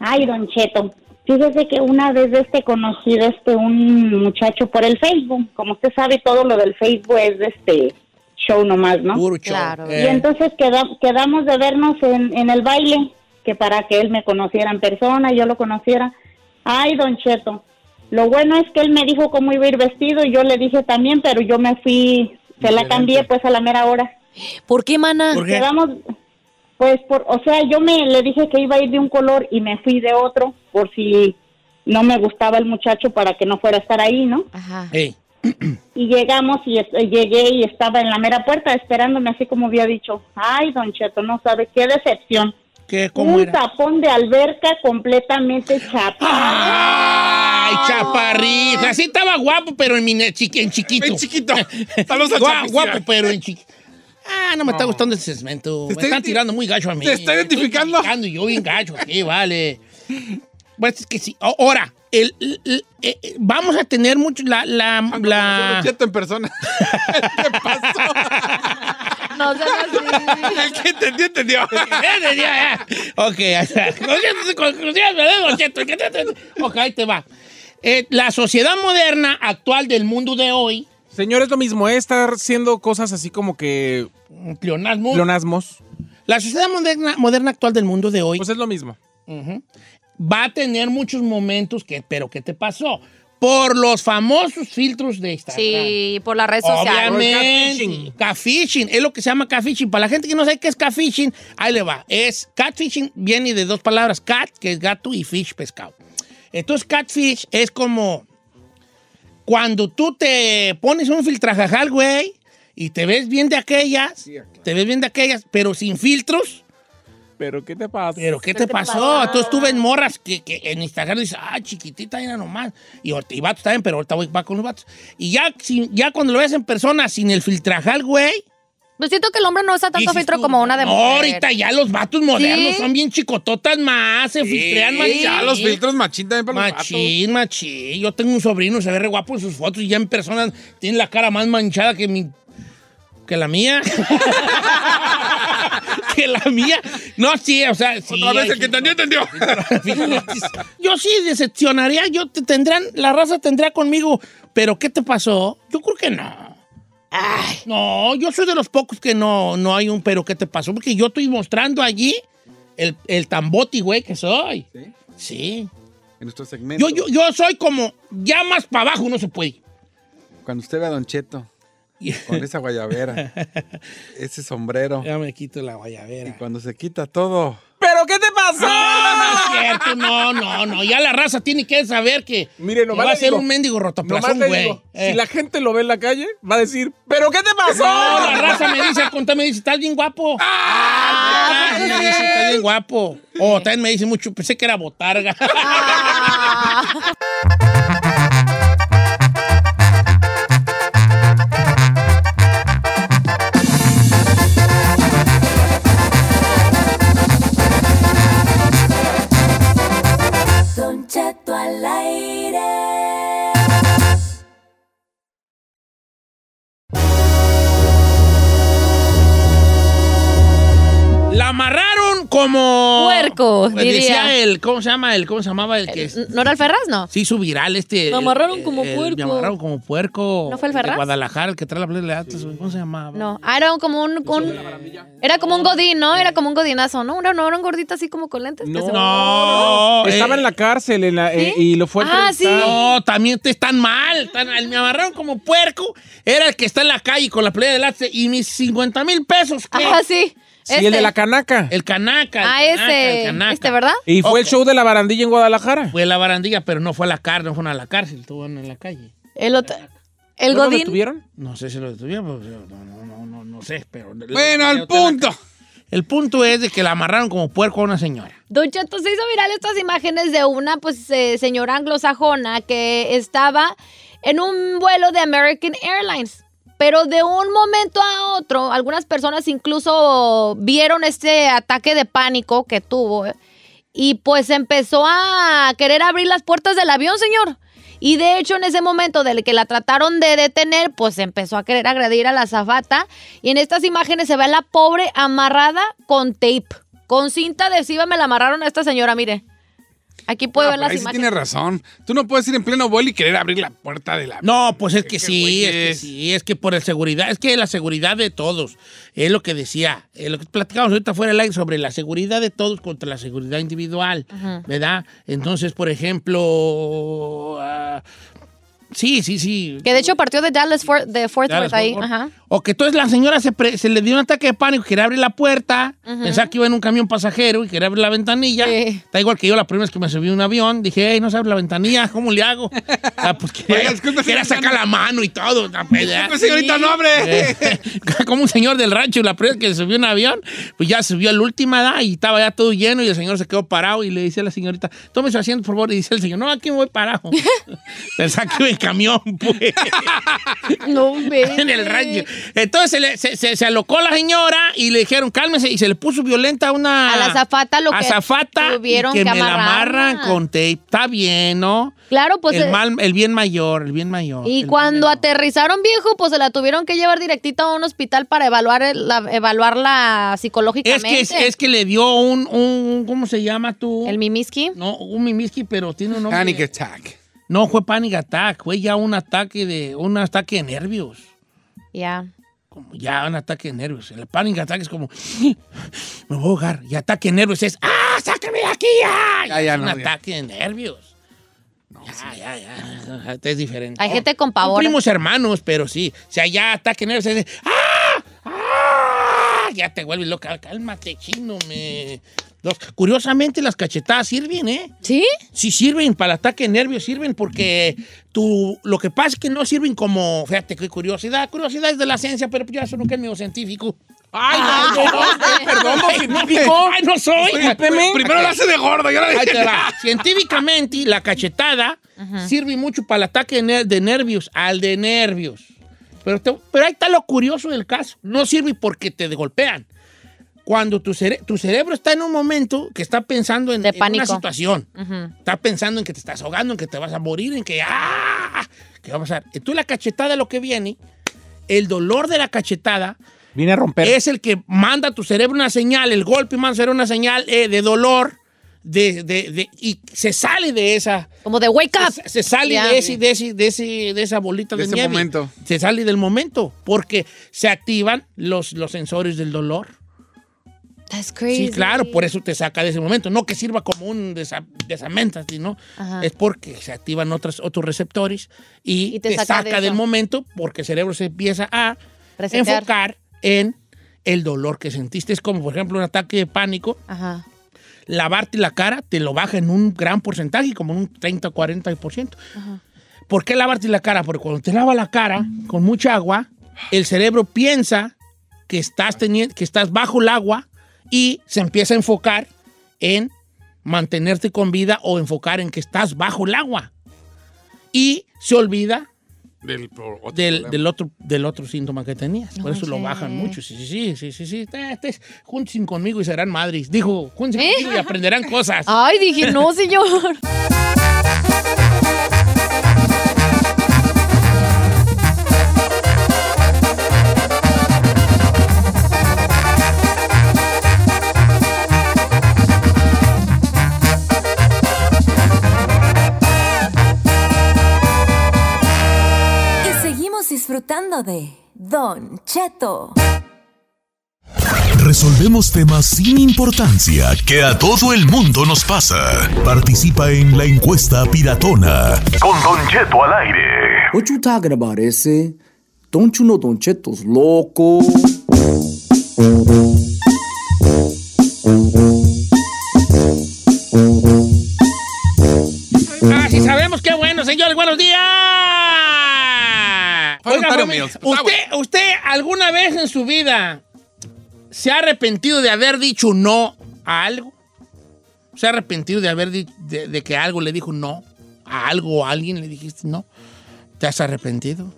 S7: Ay, Don Cheto. Fíjese que una vez este conocí de este un muchacho por el Facebook. Como usted sabe, todo lo del Facebook es de este show nomás, ¿no?
S1: Puro show. Eh.
S2: Claro.
S7: Y entonces queda- quedamos de vernos en, en el baile, que para que él me conociera en persona, yo lo conociera. Ay, don Cheto, lo bueno es que él me dijo cómo iba a ir vestido y yo le dije también, pero yo me fui, se la cambié pues a la mera hora.
S2: ¿Por qué, mana?
S1: ¿Por qué?
S7: Quedamos, pues, por, o sea, yo me le dije que iba a ir de un color y me fui de otro, por si no me gustaba el muchacho para que no fuera a estar ahí, ¿no?
S2: Ajá.
S1: Ey,
S7: Y llegamos y es- llegué y estaba en la mera puerta esperándome, así como había dicho. Ay, don Cheto, no sabe qué decepción.
S1: ¿qué, ¿Cómo
S7: un
S1: era?
S7: tapón de alberca completamente chapado.
S1: ¡Ah! ¡Ay,
S7: Oh.
S1: chaparrita! Sí estaba guapo, pero en, mi ne- chiqui- en chiquito.
S3: En chiquito. Estamos a
S1: Gua-
S3: chapiciar.
S1: guapo, pero en chiquito. Ah, no me está gustando ese segmento. Me
S3: está
S1: están
S3: identi-
S1: tirando muy gacho a mí.
S3: ¿Te está
S1: Me estoy
S3: identificando?
S1: identificando y yo bien gacho aquí, vale. Pues es que sí. A- Ahora, el, el- el- eh, eh, vamos a tener mucho la...
S3: Ah,
S1: la, la-
S3: Don Cheto en persona. ¿Qué pasó?
S2: No seas así.
S3: El que entendió, entendió.
S1: Ya, ya, ya. ok, ahí está. Conciencia, conciencia, ¿verdad, don Cheto? ¿Qué te- te- ok, ahí te va. Eh, la sociedad moderna actual del mundo de hoy,
S4: Señor, es lo mismo, ¿eh? estar haciendo cosas así como que
S1: pleonasmo,
S4: leonasmos.
S1: la sociedad moderna, moderna actual del mundo de hoy
S4: Pues es lo mismo.
S1: Ujú. Va a tener muchos momentos que, pero ¿qué te pasó? Por los famosos filtros de Instagram.
S2: Sí, por las redes sociales.
S1: Obviamente.
S4: catfishing.
S1: Catfishing. Es lo que se llama catfishing. Para la gente que no sabe qué es catfishing, ahí le va. Es catfishing viene de dos palabras. Cat, que es gato, y fish, pescado. Entonces, catfish es como cuando tú te pones un filtrajajal, güey, y te ves bien de aquellas, te ves bien de aquellas, pero sin filtros.
S4: Pero ¿qué te pasa?
S1: Pero ¿qué te pasó? Entonces tú ves morras que, que en Instagram dices, ah, chiquitita, era nomás. Y, ahorita- y vatos también, pero ahorita voy va con los vatos. Y ya, sin- ya cuando lo ves en persona sin el filtrajal, güey.
S2: Pues siento que el hombre no usa tanto
S1: dices
S2: filtro
S1: tú,
S2: como una de
S1: "No,
S2: mujer.
S1: ahorita ya los vatos modernos
S2: Sí.
S1: son bien chicototas más, se filtrean más.
S3: Sí, Ya los filtros machín también para los vatos.
S1: Machín, machín. Yo tengo un sobrino, se ve re guapo en sus fotos y ya en persona tiene la cara más manchada que mi. que la mía. que la mía. No, sí, o sea. sí,
S3: Otra vez
S1: hay
S3: el que entendió, entendió.
S1: yo sí decepcionaría, yo te tendrán, la raza tendrá conmigo, pero ¿qué te pasó? Yo creo que no. No, yo soy de los pocos que no, no hay un pero ¿qué te pasó? Porque yo estoy mostrando allí el, el tamboti, güey, que soy.
S3: ¿Sí?
S1: Sí.
S3: En nuestro segmento.
S1: Yo, yo, yo soy como, ya más para abajo no se puede.
S3: Cuando usted ve a Don Cheto
S1: Y-
S3: con esa guayabera, ese sombrero,
S1: ya me quito la
S3: y
S1: guayabera.
S3: cuando se quita todo.
S4: ¿Pero qué te pasó?
S1: Ah, No, no es cierto, no, no, no. Ya la raza tiene que saber que,
S4: Mire, nomás
S1: que va a
S4: le
S1: ser
S4: digo,
S1: un mendigo
S4: Nomás
S1: rotoplazón,
S4: le
S1: güey.
S4: digo,
S1: Eh.
S4: si la gente lo ve en la calle, va a decir, ¿pero qué te pasó?
S1: No, la raza me dice, al contar, me dice, estás bien guapo. Ah,
S4: pues,
S1: me dice, estás bien guapo. O también me dice mucho, pensé que era botarga.
S4: Ah,
S1: La amarraron como...
S2: Puerco,
S1: Pues decía
S2: diría.
S1: el, ¿cómo se llama? El, ¿Cómo se llamaba
S4: Eh,
S1: el que es-
S2: ¿No era el Ferraz? No.
S1: se hizo viral este?
S2: Me
S1: el-
S2: amarraron como
S1: el-
S2: puerco.
S1: Me amarraron como puerco.
S2: ¿No fue el
S1: de
S2: Ferraz?
S1: Guadalajara, el que trae la playa de Atlas, ¿cómo se llamaba?
S2: No. Ah, era como un. un- era como un godín, ¿no? Era como un godinazo, ¿no? Una, no era un gordito así como con lentes. que Ah, se-
S1: No,
S4: Estaba en la cárcel en la- eh, y lo fue a
S2: Ah,
S4: entrevistar.
S2: sí.
S1: No, también te están mal. Tan, al- me amarraron como puerco. Era el que está en la calle con la playa del Atlas y mis 50 mil pesos. ¿qué?
S2: Ah, sí.
S4: Sí, el de la canaca.
S1: El canaca. el
S2: Ah,
S1: canaca, el
S2: ese.
S1: canaca.
S2: Este, ¿verdad?
S4: Y fue
S1: Ok.
S4: el show de la barandilla en Guadalajara.
S1: Fue a la barandilla, pero no fue a la cárcel, no fueron a la cárcel, estuvieron en la calle.
S2: El otro. El
S4: ¿No lo
S2: godín.
S4: detuvieron?
S1: No sé si lo detuvieron, pero no, no, no, no, no sé, pero...
S3: Bueno, al punto.
S1: El punto es de que la amarraron como puerco a una señora.
S2: Don Cheto, se hizo viral estas imágenes de una pues eh, señora anglosajona que estaba en un vuelo de American Airlines. Pero de un momento a otro, algunas personas incluso vieron este ataque de pánico que tuvo eh, y pues empezó a querer abrir las puertas del avión, señor. Y de hecho, en ese momento del que la trataron de detener, pues empezó a querer agredir a la zafata. Y en estas imágenes se ve a la pobre amarrada con tape, con cinta adhesiva. Me la amarraron a esta señora, mire. Aquí puede
S3: Ah,
S2: ver
S3: pero
S2: las
S3: ahí sí
S2: imágenes.
S3: tienes razón. Tú no puedes ir en pleno vuelo y querer abrir la puerta de la...
S1: No, pues es que
S3: Qué
S1: sí, es que
S3: güeyes.
S1: sí, es que por el seguridad, es que la seguridad de todos, es lo que decía, es lo que platicamos ahorita fuera del aire sobre la seguridad de todos contra la seguridad individual, ¿verdad? Entonces, por ejemplo, ah, sí, sí, sí.
S2: Que de hecho partió de Dallas, Fort- de Fort
S1: Dallas,
S2: Worth ahí.
S1: Fort Worth.
S2: Ajá.
S1: O que entonces la señora se, pre- se le dio un ataque de pánico, quería abrir la puerta, pensaba que iba en un camión pasajero y quería abrir la ventanilla.
S2: Sí.
S1: Está igual que yo la primera vez que me subí a un avión, dije, hey, no se abre la ventanilla, ¿cómo le hago? ah, pues
S3: Oiga,
S1: quería,
S3: disculpe,
S1: quería
S3: señor.
S1: sacar la mano y todo. la pelea.
S3: Pues sí, ahorita no abre.
S1: Eh, Como un señor del rancho, la primera vez que subió a un avión, pues ya subió a la última edad y estaba ya todo lleno y el señor se quedó parado y le dice a la señorita, tome su asiento, por favor, y dice el señor, no, aquí me voy parado. Pensaba que iba en camión, pues.
S2: No,
S1: en el rancho. Entonces se, le- se, se- se alocó la señora y le dijeron cálmese y se le puso violenta una...
S2: A la azafata lo que
S1: azafata y
S2: tuvieron
S1: que,
S2: que
S1: me la
S2: amarrarla.
S1: amarran con tape. Está bien, ¿no?
S2: Claro, pues.
S1: el,
S2: eh,
S1: mal, el bien mayor, el bien mayor. el
S2: Y
S1: bien
S2: cuando
S1: mayor.
S2: aterrizaron viejo, pues se la tuvieron que llevar directita a un hospital para evaluar el- la, evaluarla
S1: Es
S2: psicológicamente.
S1: que, es, es que le dio un, un... ¿Cómo se llama tú?
S2: El mimiski.
S1: No, un mimiski, pero tiene un nombre.
S3: Panic attack.
S1: No, fue panic attack. Fue ya un ataque de... Un ataque de nervios.
S2: Ya.
S1: como ya un ataque de nervios. El panic attack es como, me voy a ahogar. Y ataque de nervios es, ¡ah, sáqueme de aquí! ¡ah!
S3: Ya, ya,
S1: es un
S3: no, ya.
S1: ataque de nervios. ya, ya, ya, ya, Es diferente. Oh,
S2: Hay gente con
S1: Son
S2: pavor.
S1: primos hermanos, pero sí. O sea, ya ataque de nervios es, ¡ah! ¡ah! Ya te vuelves loca. Cálmate, chino, me... Dos. Curiosamente, las cachetadas sirven, ¿eh?
S2: ¿Sí?
S1: Sí sirven para el ataque de nervios, sirven porque tú, lo que pasa es que no sirven como, fíjate qué curiosidad, curiosidad es de la ciencia, pero yo eso nunca es medio científico. Ah.
S4: Ay, no, no, no, perdón, don científico.
S1: Ay, no soy.
S4: Discúlpeme.
S3: Primero lo hace de gordo y ahora
S1: Ahí te
S3: dice...
S1: va. Científicamente, la cachetada sirve mucho para el ataque de ner- de nervios, al de nervios. Pero, te- pero ahí está lo curioso del caso. No sirve porque te golpean. Cuando tu, cere- tu cerebro está en un momento que está pensando en,
S2: De
S1: en una
S2: pánico.
S1: situación, está pensando en que te estás ahogando, en que te vas a morir, en que ¡ah! ¿Qué va a pasar? Y tú la cachetada lo que viene, el dolor de la cachetada
S4: Vine a romper.
S1: es el que manda a tu cerebro una señal, el golpe manda a tu cerebro una señal eh, de dolor de, de- de- y se sale de esa.
S2: Como de wake up.
S1: Se, se sale
S2: Ya.
S1: de, ese, de, ese- de ese- de esa bolita de,
S3: De ese
S1: nieve.
S3: momento.
S1: Se sale del momento porque se activan los, los sensores del dolor.
S2: That's
S1: Sí,
S2: crazy.
S1: claro, por eso te saca de ese momento. No que sirva como un desa- desamenta, sino
S2: Ajá.
S1: es porque se activan otras, otros receptores y,
S2: Y
S1: te,
S2: te
S1: saca,
S2: saca de eso.
S1: del momento porque el cerebro se empieza a
S2: Resetear.
S1: enfocar en el dolor que sentiste. Es como, por ejemplo, un ataque de pánico.
S2: Ajá.
S1: Lavarte la cara te lo baja en un gran porcentaje, como en un 30 o 40%. ¿Por qué lavarte la cara? Porque cuando te lava la cara con mucha agua, el cerebro piensa que estás, teniendo, que estás bajo el agua y se empieza a enfocar en mantenerte con vida o enfocar en que estás bajo el agua. Y se olvida
S3: Del, por otro
S1: del,
S3: problema.
S1: del otro, del otro síntoma que tenías. Por eso lo
S2: Oye.
S1: bajan mucho. Sí, sí, sí, sí, sí. sí. Te- te- júntense conmigo y serán madres. Dijo, júntense conmigo y aprenderán cosas.
S2: ¿Eh? Ay, dije, no, señor.
S8: Estás disfrutando de Don Cheto.
S9: Resolvemos temas sin importancia que a todo el mundo nos pasa. Participa en la encuesta piratona. Con Don Cheto al aire.
S10: What you talking about, ese? Don't you know Don Cheto's loco?
S1: Ah,
S3: Mm.
S1: sí sabemos qué bueno, señores. Buenos días.
S3: Fue voluntario
S1: familia,
S3: mío, está
S1: usted,
S3: bueno.
S1: usted alguna vez en su vida se ha arrepentido de haber dicho no a algo? ¿Se ha arrepentido de haber dicho de, de que algo le dijo no? ¿A algo o a alguien le dijiste no? ¿Te has arrepentido?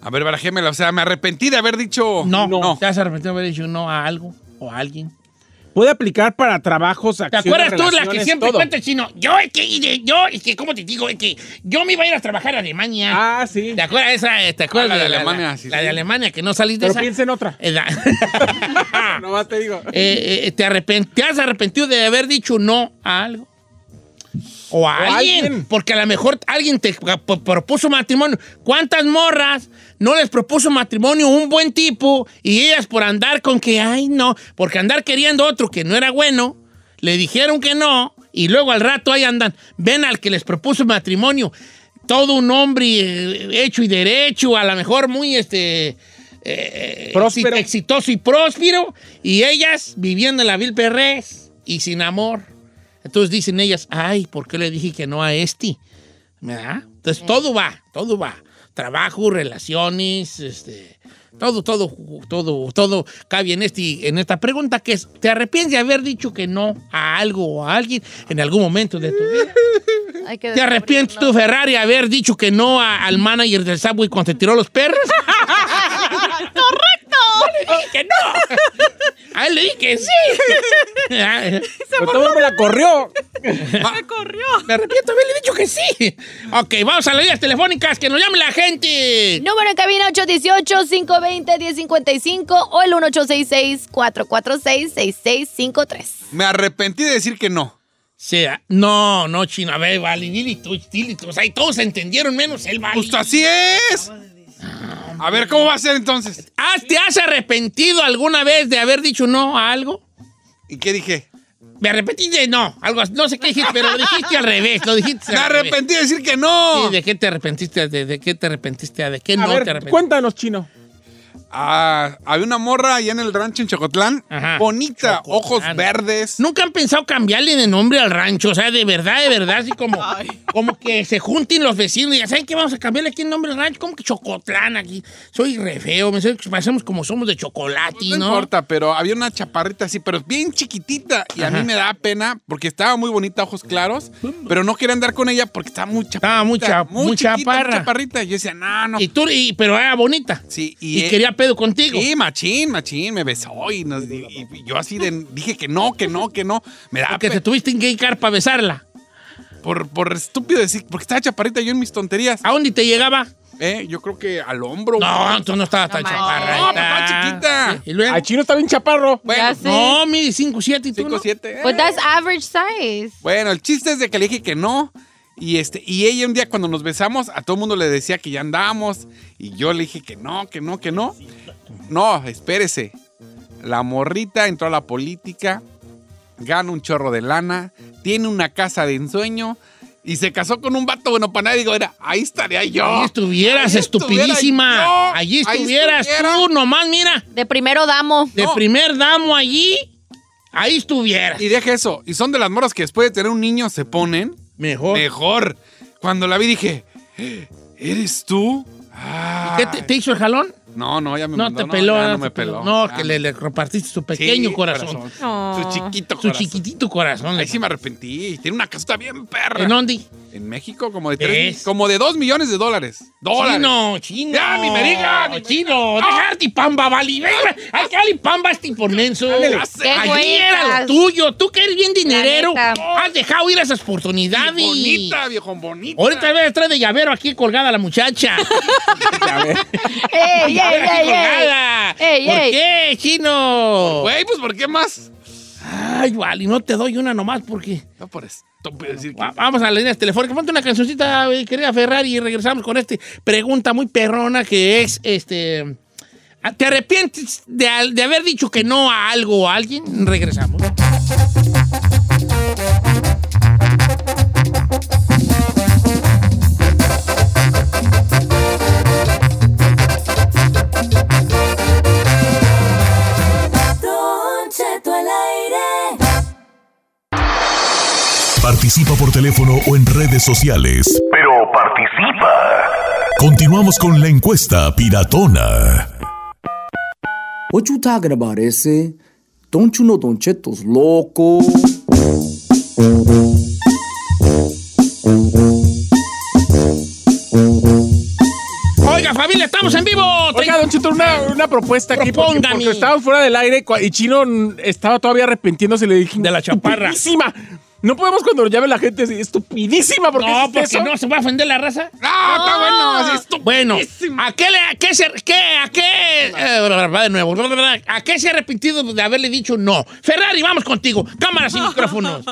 S3: A ver, barajémela. O sea, me arrepentí de haber dicho.
S1: No,
S3: no.
S1: ¿Te has arrepentido de haber dicho no a algo o a alguien?
S4: Puede aplicar para trabajos,
S1: ¿Te
S4: acciones,
S1: acuerdas tú la que
S4: relaciones,
S1: siempre
S4: todo.
S1: cuenta el chino? Yo es que, y de- yo es que, ¿cómo te digo? Es que yo me iba a ir a trabajar a Alemania.
S4: Ah, sí.
S1: ¿Te acuerdas esa? eh, ¿Te acuerdas
S3: Ah, la de
S1: la-
S3: Alemania,
S1: La,
S3: sí,
S1: la
S3: sí.
S1: de Alemania, que no saliste
S4: Pero
S1: de
S4: piensa
S1: esa.
S4: en otra.
S1: Eh, la-
S4: Nomás Ah, te digo.
S1: Eh, eh, ¿te, arrepen- te has arrepentido de haber dicho no a algo? O
S4: O
S1: a
S4: a
S1: alguien,
S4: alguien.
S1: Porque a lo mejor alguien te p- propuso matrimonio. ¿Cuántas morras no les propuso matrimonio un buen tipo y ellas por andar con que, ay, no, porque andar queriendo otro que no era bueno, le dijeron que no y luego al rato ahí andan. Ven al que les propuso matrimonio. Todo un hombre eh, hecho y derecho, a lo mejor muy este. eh,
S4: Próspero.
S1: exi- exitoso y próspero, y ellas viviendo en la vil perrez y sin amor. Entonces dicen ellas, ay, ¿por qué le dije que no a este? ¿Verdad? Entonces todo va, todo va. Trabajo, relaciones, este, todo, todo, todo, todo cabe en, este, en esta pregunta que es, ¿te arrepientes de haber dicho que no a algo o a alguien en algún momento de tu vida?
S2: Hay que
S1: ¿Te arrepientes tú, Ferrari, de haber dicho que no a- al manager del Subway cuando te tiró los perros? ¡Correcto! le dije que no. A él le dije que sí.
S4: Pero todo me la corrió.
S5: Se corrió.
S1: Ah. Me arrepiento de haberle dicho que sí. Ok, vamos a las líneas telefónicas, que nos llame la gente.
S2: Número en cabina 818-520-1055 o el 1866-446-6653.
S3: Me arrepentí de decir que no.
S1: Sea, ah, no, no, chino. A ver, vale, dile tú, dile tú. O sea, y todos se entendieron menos el vale.
S3: Justo así es. A ver, ¿cómo va a ser entonces?
S1: ¿Has- Ah, ¿Te has arrepentido alguna vez de haber dicho no a algo?
S3: ¿Y qué dije?
S1: Me arrepentí de no, algo así, no sé qué dijiste, pero lo dijiste al revés, lo dijiste
S3: Me
S1: al revés.
S3: arrepentí de decir que no.
S1: Sí, ¿De qué te arrepentiste? ¿De, de qué te arrepentiste? ¿De qué
S4: A
S1: eh, no
S4: ver,
S1: te arrepentiste?
S4: cuéntanos, chino.
S3: Ah, había una morra allá en el rancho en Chocotlán.
S1: Ajá.
S3: Bonita,
S1: Chocotlán.
S3: ojos verdes.
S1: Nunca han pensado cambiarle de nombre al rancho, o sea, de verdad, de verdad, así como,
S5: Ay.
S1: como que se junten los vecinos y digan, ¿saben qué? Vamos a cambiarle aquí el nombre al rancho, como que Chocotlán aquí. Soy re feo, me soy- parecemos como somos de chocolate,
S3: No,
S1: ¿no?
S3: importa, pero había una chaparrita así, pero bien chiquitita. Y a
S1: Ajá.
S3: mí me da pena porque estaba muy bonita, ojos claros. Pero no quería andar con ella porque estaba muy chaparrita.
S1: Estaba muy cha- muy chaparra.
S3: chaparrita. Y yo decía, no, no.
S1: Y tú, y- pero era bonita.
S3: sí,
S1: Y,
S3: y, eh,
S1: quería pedo contigo.
S3: Sí, machín, machín. Me besó y, nos- y- y- y yo así de- dije que no, que no, que no. Me da
S1: porque te
S3: pena
S1: tuviste que hincar para besarla.
S3: por, por estúpido decir, porque estaba chaparrita yo en mis tonterías.
S1: ¿A dónde te llegaba?
S3: Eh, yo creo que al hombro.
S1: No, tú no estabas tan
S2: manches.
S1: chaparra.
S3: No, papá, chiquita.
S1: Y luego,
S4: Al chino está bien chaparro.
S2: Ya
S3: Bueno,
S2: sé.
S1: no, mi 5, 7 y tú
S3: cinco,
S1: no.
S3: siete, eh.
S2: But Pues that's average size.
S3: Bueno, el chiste es de que le dije que no. Y, este, y ella un día cuando nos besamos, a todo el mundo le decía que ya andábamos. Y yo le dije que no, que no, que no. No, espérese. La morrita entró a la política, gana un chorro de lana, tiene una casa de ensueño y se casó con un vato bueno para nadie. Digo, era, ahí estaría yo.
S1: Ahí estuvieras,
S3: Ahí estuviera
S1: estupidísima.
S3: yo,
S1: allí
S3: ahí
S1: estuvieras
S3: estuviera.
S1: tú nomás, mira.
S2: De primero damo.
S1: De
S3: No.
S1: primer damo allí, ahí estuvieras.
S3: Y deja eso. Y son de las morras que después de tener un niño se ponen
S1: Mejor.
S3: mejor. Cuando la vi dije, ¿eres tú? Ah.
S1: ¿Qué te, te hizo el jalón?
S3: No, no, ya me
S1: No
S3: mandó,
S1: te peló.
S3: ya
S1: No,
S3: no
S1: te
S3: me peló.
S1: peló. No,
S3: Ya
S1: que
S3: no.
S1: le, le compartiste su pequeño
S3: Sí,
S1: corazón.
S2: No.
S3: Su chiquito
S1: Su
S3: corazón.
S1: chiquitito corazón.
S3: Ahí sí me arrepentí. Tiene una casota bien perra.
S1: ¿En dónde?
S3: En México, como de
S1: ¿Ves?
S3: tres, como de dos millones de dólares. Dólares.
S1: Chino, chino.
S3: Ya, ni me diga, ni me
S1: Chino,
S3: diga.
S1: deja de pamba, vale. venga. Hay que darle pamba a este por menso.
S3: Ya sé.
S2: Qué
S1: Allí
S2: güey.
S1: era lo tuyo. Tú que eres bien dinerero.
S2: La neta.
S1: Has dejado ir a esas oportunidades.
S3: Bonita, viejo, bonita.
S1: Ahorita ves trae de llavero aquí colgada la muchacha.
S2: ¡Ey, ey,
S1: Llavero aquí
S2: ey, ey!
S1: colgada.
S2: Ey,
S1: ¿Por
S2: ey.
S1: qué, chino?
S3: Güey, pues ¿por qué más?
S1: Ay, Wally, no te doy una nomás porque.
S3: No por eso. estúpido decir que.
S1: Va- Vamos a las líneas telefónicas. Ponte una cancioncita, eh, querida Ferrari, y regresamos con esta pregunta muy perrona que es, este... ¿Te arrepientes de, al- de haber dicho que no a algo o a alguien? Regresamos.
S8: Don Cheto al aire.
S9: Participa por teléfono o en redes sociales.
S11: Pero participa.
S9: Continuamos con la encuesta piratona.
S10: What you talking about, ese? Don't you know Don Cheto's loco?
S1: Oiga, familia, estamos en vivo.
S4: Oiga, don Chito, una, una propuesta aquí. Porque,
S1: Propóngame.
S4: porque estábamos fuera del aire cua- y Chino mm, estaba todavía arrepintiéndose. Le dije,
S1: De la chaparra.
S4: ¡Estupidísima! No podemos cuando llame la gente decir, estupidísima. Porque
S1: No, porque no se va a ofender la raza. No, está bueno, así Bueno, ¿a qué, le, a qué se, qué, a qué, eh, va de nuevo, ¿a qué se ha arrepentido de haberle dicho no? Ferrari, vamos contigo, cámaras y micrófonos.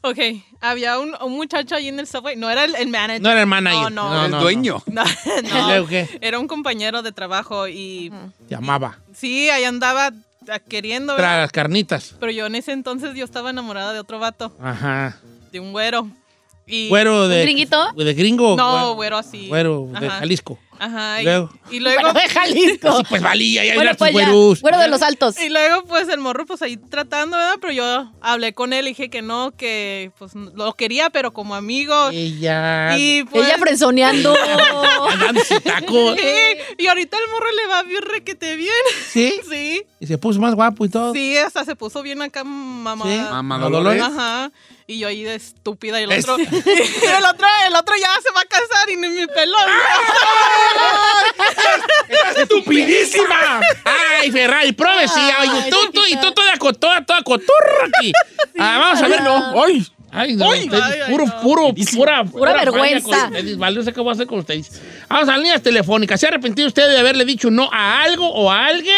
S5: Ok, había un, un muchacho ahí en el subway. No era el, el manager.
S1: No era el manager.
S5: No, no.
S1: No, El no, dueño.
S5: No, no.
S1: ¿Luego qué?
S5: Era un compañero de trabajo y
S1: Llamaba,
S5: sí, ahí andaba ah, queriendo.
S1: tras
S5: ¿verdad?
S1: las carnitas.
S5: Pero yo en ese entonces yo estaba enamorada de otro vato,
S1: Ajá.
S5: de un güero. Y
S1: ¿Güero de... ¿De gringo?
S5: No, güero así.
S1: Güero de
S5: Ajá.
S1: Jalisco.
S5: Ajá. Y y
S1: Luego.
S5: luego.
S2: Güero de Jalisco.
S1: Sí, pues valía, ya
S2: Bueno,
S1: eran
S2: pues
S1: tus
S2: ya.
S1: güerús.
S2: Güero de los altos.
S5: Y luego, pues, el morro, pues, ahí tratando, ¿verdad? Pero yo hablé con él y dije que no, que, pues, lo quería, pero como amigo.
S1: Ella.
S5: Y, pues-
S2: Ella frenzoneando.
S1: Andando sin taco.
S5: Sí, y ahorita el morro le va bien requete bien.
S1: ¿Sí?
S5: Sí,
S1: Y se puso más guapo y todo.
S5: sí, hasta se puso bien acá mamá.
S1: ¿Sí?
S3: Mamá
S1: ¿No
S3: Dolores.
S5: Ajá. Y yo ahí de estúpida y el
S1: Es-
S5: otro, y el otro, el otro ya se va a casar y ni mi pelón.
S1: ¡Estupidísima! ¡Ay, Ferrari, prove sí! ¡Ay, tú, tú, y tú toda cotorra, toda cotorra aquí! Ah, vamos a ver, no.
S4: ¡Ay!
S1: Ay, no,
S4: Ay,
S1: ustedes,
S5: ay, ay,
S1: puro,
S5: no.
S1: puro, pura, pura falla
S2: vergüenza.
S1: con ustedes, vale, no sé qué voy a hacer con ustedes. Vamos a las líneas telefónicas. ¿Se ha arrepentido usted de haberle dicho no a algo o a alguien?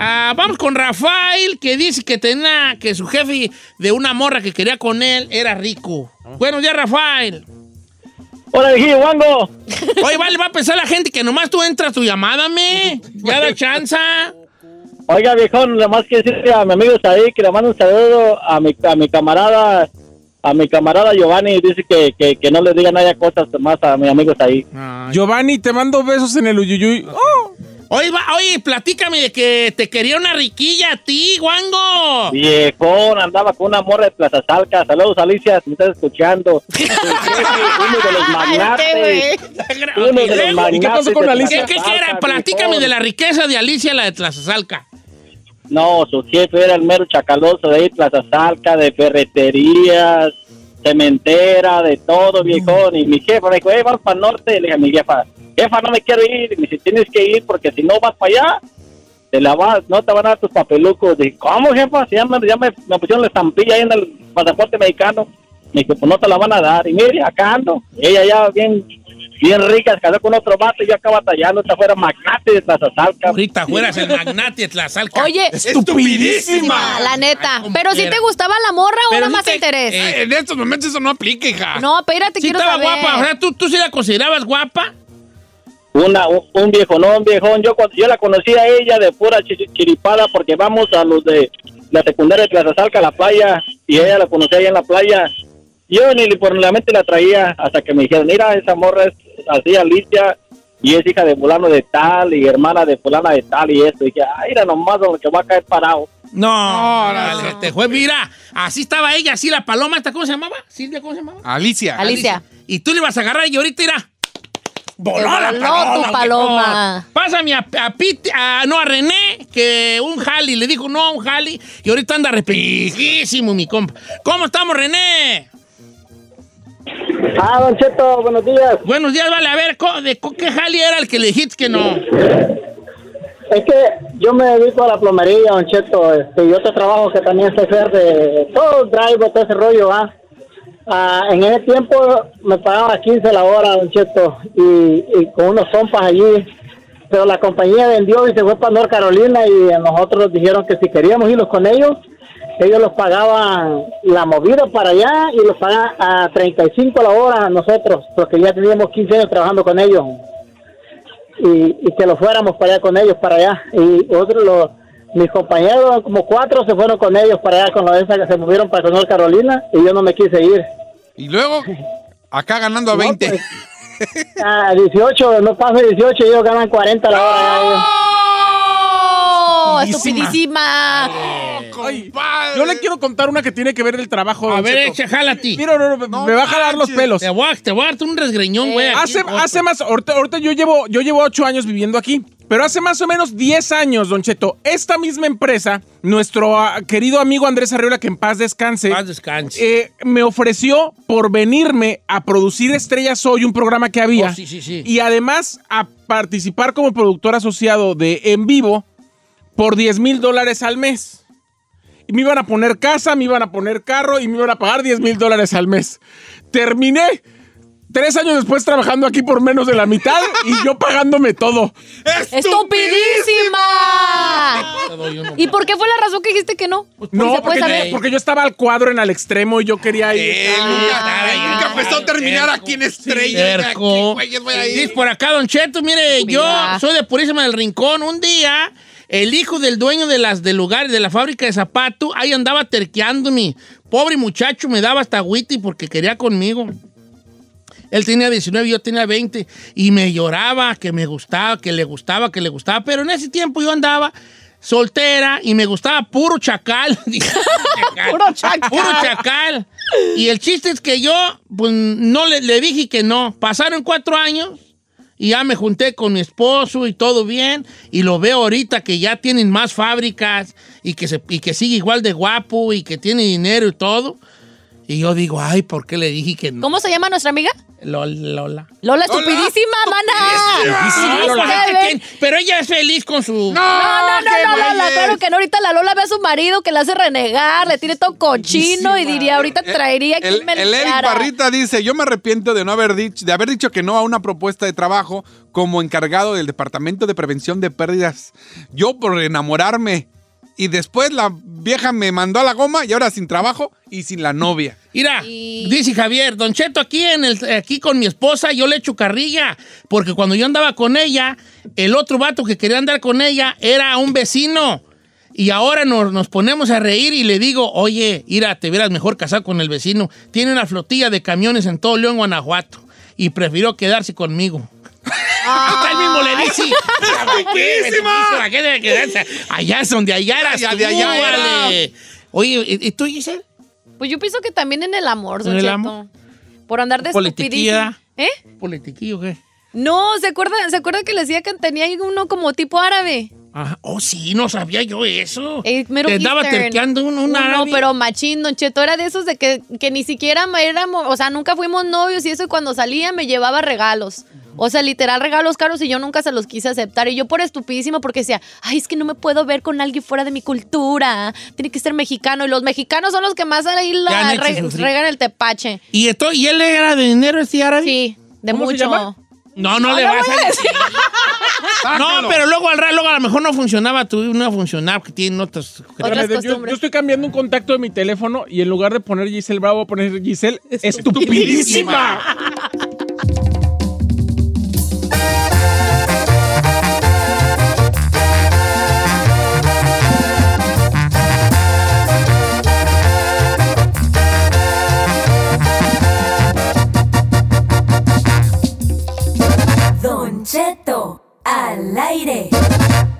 S1: Ah, vamos con Rafael, que dice que tenía, que su jefe de una morra que quería con él era rico. Buenos días, Rafael.
S6: Hola, Vigilio Wango.
S1: Oye, vale, va a pensar la gente que nomás tú entras tu llamada, me. Ya da chance.
S6: Oiga, viejón, nada más que decirle a mi amigo ahí que le mando un saludo a mi, a mi camarada, a mi camarada Giovanni. Dice que, que, que no le digan haya cosas más a mi amigo ahí.
S4: Giovanni, te mando besos en el uyuyuy. Oh,
S1: Oye, va- oye, platícame de que te quería una riquilla a ti, guango.
S6: Viejón, andaba con una morra de Plaza Salca. Saludos, Alicia, si me estás escuchando. Tu jefe, Uno de los magnates. Uno de los magnates.
S4: ¿Y qué pasó con
S6: de
S4: Alicia?
S1: ¿Qué, qué
S6: Plaza
S1: era?
S6: Salca,
S1: Platícame
S6: viejón.
S1: de la riqueza de Alicia, la de Tlazazalca.
S6: No, su jefe era el mero chacaloso de ahí, Plaza Salca, de ferreterías, cementera, de todo, viejón. Y mi jefa me dijo, eh, vas para el norte. Le dije a mi jefa, jefa, no me quiero ir. Y me dice, tienes que ir porque si no vas para allá, te la vas, no te van a dar tus papelucos. Dije, ¿cómo, jefa? Si ya me, ya me, me pusieron la estampilla ahí en el pasaporte mexicano. Me dijo, pues no te la van a dar. Y mire, acá ando. Ella ya bien... Bien rica, se casó con otro vato y yo acá batallando, esta fuera magnate de Plaza Salca.
S1: Ahorita fueras el magnate de Tlazalca.
S2: Oye, Ah,
S3: ¡Estupidísima!
S2: la neta.
S1: Ay, como
S2: Pero si
S1: quiera.
S2: te gustaba la morra o
S1: Pero
S2: era
S1: sí
S2: más
S1: te-
S2: interés.
S1: eh,
S3: En estos momentos eso no aplica, hija.
S2: no, espérate,
S1: Sí
S2: quiero
S1: estaba
S2: saber.
S1: guapa, o sea, ¿tú, ¿tú sí la considerabas guapa?
S6: Una, un, un viejonón, viejón. Yo, cuando- yo la conocí a ella de pura chi- chiripada porque vamos a los de la secundaria de Plaza Salca a la playa y ella la conocí allá en la playa. Yo ni le- por la mente la traía hasta que me dijeron, mira, esa morra es así, Alicia, y es hija de fulano de tal y hermana de fulana de tal y esto. Y dije, ay, mira nomás lo que va a caer parado.
S1: No, no, te fue, mira, así estaba ella, así la paloma, ¿esta cómo se llamaba? ¿Silvia cómo se llamaba?
S3: Alicia.
S2: Alicia.
S1: Y tú le vas a agarrar y ahorita irá. Voló
S2: Voló
S1: la
S2: tu
S1: paloma.
S2: paloma.
S1: viejón. Pásame a, a Pete, a- no, a René, que un jali, le dijo no a un jali, y ahorita anda arrepentidísimo mi compa. ¿Cómo estamos, René?
S6: Ah, Don Cheto, buenos días.
S1: Buenos días, vale, a ver, co- ¿de co- qué jali era el que le dijiste que no?
S6: Es que yo me dedico a la plomería, Don Cheto. Este, y otro trabajo que también sé hacer de todo el drive, todo ese rollo, ¿ah? Ah, en ese tiempo me pagaba 15 la hora, Don Cheto, y, y con unos compas allí. Pero la compañía vendió y se fue para North Carolina y a nosotros nos dijeron que si queríamos irnos con ellos, ellos los pagaban la movida para allá y los pagaban a 35 la hora a nosotros, porque ya teníamos 15 años trabajando con ellos. Y, y que lo fuéramos para allá con ellos, para allá. Y otros, los, mis compañeros, como cuatro, se fueron con ellos para allá, con la esa que se movieron para Conocer Carolina, y yo no me quise ir.
S3: Y luego, acá ganando a 20.
S6: pues, A 18, no pasa 18, ellos ganan 40 la hora. allá, ellos.
S2: ¡Oh!
S4: Estupidísima.
S2: ¡Estupidísima!
S4: Ay, yo le quiero contar una que tiene que ver el trabajo.
S1: A
S4: don
S1: ver,
S4: Cheto.
S1: echa, jálate.
S4: Mira, no, no, me- me va a jalar los
S1: manches.
S4: pelos.
S1: Te voy a, te voy a darte un resgreñón, güey. aquí
S4: Hace,
S1: en corto.
S4: hace más, ahorita, ahorita yo llevo, yo llevo ocho años viviendo aquí, pero hace más o menos 10 años, Don Cheto, esta misma empresa, nuestro ah, querido amigo Andrés Arriola, que en paz descanse,
S1: Paz descanse.
S4: eh, me ofreció por venirme a producir Estrellas Hoy, un programa que había,
S1: Oh, sí, sí, sí.
S4: y además a participar como productor asociado de En Vivo por 10 mil dólares al mes. Y me iban a poner casa, me iban a poner carro y me iban a pagar 10 mil dólares al mes. Terminé tres años después trabajando aquí por menos de la mitad y yo pagándome todo.
S2: ¡Estupidísima!
S1: Te doy uno.
S2: ¿Y por qué fue la razón que dijiste que no? Pues,
S4: No,
S2: se puede
S4: porque
S2: saber.
S4: yo, porque yo estaba al cuadro en al extremo y yo quería
S1: Eh,
S4: ir.
S3: Él nunca,
S1: Ay,
S3: nunca
S1: Ah, ay,
S3: empezó a terminar
S1: terco,
S3: aquí en Estrella. Aquí,
S1: Cerco.
S3: güey, yo voy a ir.
S1: Dice por acá, Don Cheto, mire, yo
S2: Mira.
S1: soy de Purísima del Rincón. Un día, el hijo del dueño de las, del lugar, de la fábrica de zapato, ahí andaba terqueándome. Pobre muchacho, me daba hasta y porque quería conmigo. Él tenía 19, yo tenía 20 y me lloraba que me gustaba, que le gustaba, que le gustaba, pero en ese tiempo yo andaba soltera y me gustaba puro chacal. Dije,
S2: Puro chacal.
S1: Puro chacal. Y el chiste es que yo pues, no le, le dije que no. Pasaron cuatro años y ya me junté con mi esposo y todo bien. Y lo veo ahorita que ya tienen más fábricas y que, se, y que sigue igual de guapo y que tiene dinero y todo. Y yo digo, ay, ¿por qué le dije que no?
S2: ¿Cómo se llama nuestra amiga?
S1: Lol- Lola.
S2: Lola, estupidísima, mana.
S1: No, pues,
S2: Ustedes-
S1: es que tiene- pero ella es feliz con su.
S2: No, no, no,
S3: qué
S2: no, Lola,
S3: güeyes.
S2: claro que no. Ahorita la Lola ve a su marido que la hace renegar, le tiene todo cochino y diría, ahorita traería quien
S3: El,
S2: me
S3: el Eric
S2: limpiara.
S3: Barrita dice, yo me arrepiento de no haber dicho, de haber dicho que no a una propuesta de trabajo como encargado del Departamento de Prevención de Pérdidas. Yo por enamorarme. Y después la vieja me mandó a la goma y ahora sin trabajo y sin la novia.
S1: Mira,
S2: Y-
S1: dice Javier, Don Cheto, aquí, en el, aquí con mi esposa yo le echo carrilla, porque cuando yo andaba con ella, el otro vato que quería andar con ella era un vecino. Y ahora nos, nos ponemos a reír y le digo, oye, Ira, te verás mejor casar con el vecino. Tiene una flotilla de camiones en todo León, Guanajuato. Y prefirió quedarse conmigo. Hasta él mismo le dice. ¡Buenísima! Allá es donde allá eras
S3: Allá de
S1: tú,
S3: allá era.
S1: vale. Oye, ¿y y tú, Giselle?
S2: Pues yo pienso que también en el amor,
S1: ¿En el
S2: Don
S1: amor?
S2: Cheto. Por andar de
S1: Politiquía.
S2: estupidísima. ¿Eh?
S1: ¿Politiquillo qué?
S2: No, ¿se acuerda, ¿se acuerda que le decía que tenía ahí uno como tipo árabe?
S1: Ajá. Oh, sí, no sabía yo eso.
S2: Eh, mero
S1: Te andaba
S2: Eastern.
S1: terqueando un, un
S2: No,
S1: árabe.
S2: No, pero machín, Don Cheto, era de esos de que, que ni siquiera éramos, o sea, nunca fuimos novios y eso, y cuando salía me llevaba regalos. O sea, literal, regalos caros y yo nunca se los quise aceptar. Y yo por estupidísima, porque decía, ay, es que no me puedo ver con alguien fuera de mi cultura. Tiene que ser mexicano. Y los mexicanos son los que más ahí
S1: Te
S2: la
S1: han hecho
S2: re-
S1: sufrir.
S2: regan el tepache.
S1: ¿Y, esto, ¿Y él era de dinero este árabe?
S2: Sí, de
S4: ¿Cómo se
S2: mucho.
S4: llama?
S1: No, no, le
S2: no
S1: vas
S2: voy
S1: a
S2: a
S1: decir. No, pero luego al rato, luego a lo mejor no funcionaba, tu no funcionaba, porque tienen otras.
S2: Otras
S4: Espérame, Ah, yo,
S2: costumbres.
S4: yo estoy cambiando un contacto de mi teléfono y en lugar de poner Giselle Bravo, voy a poner Giselle
S1: Estupidísima.
S4: estupidísima.
S8: Don Cheto al aire.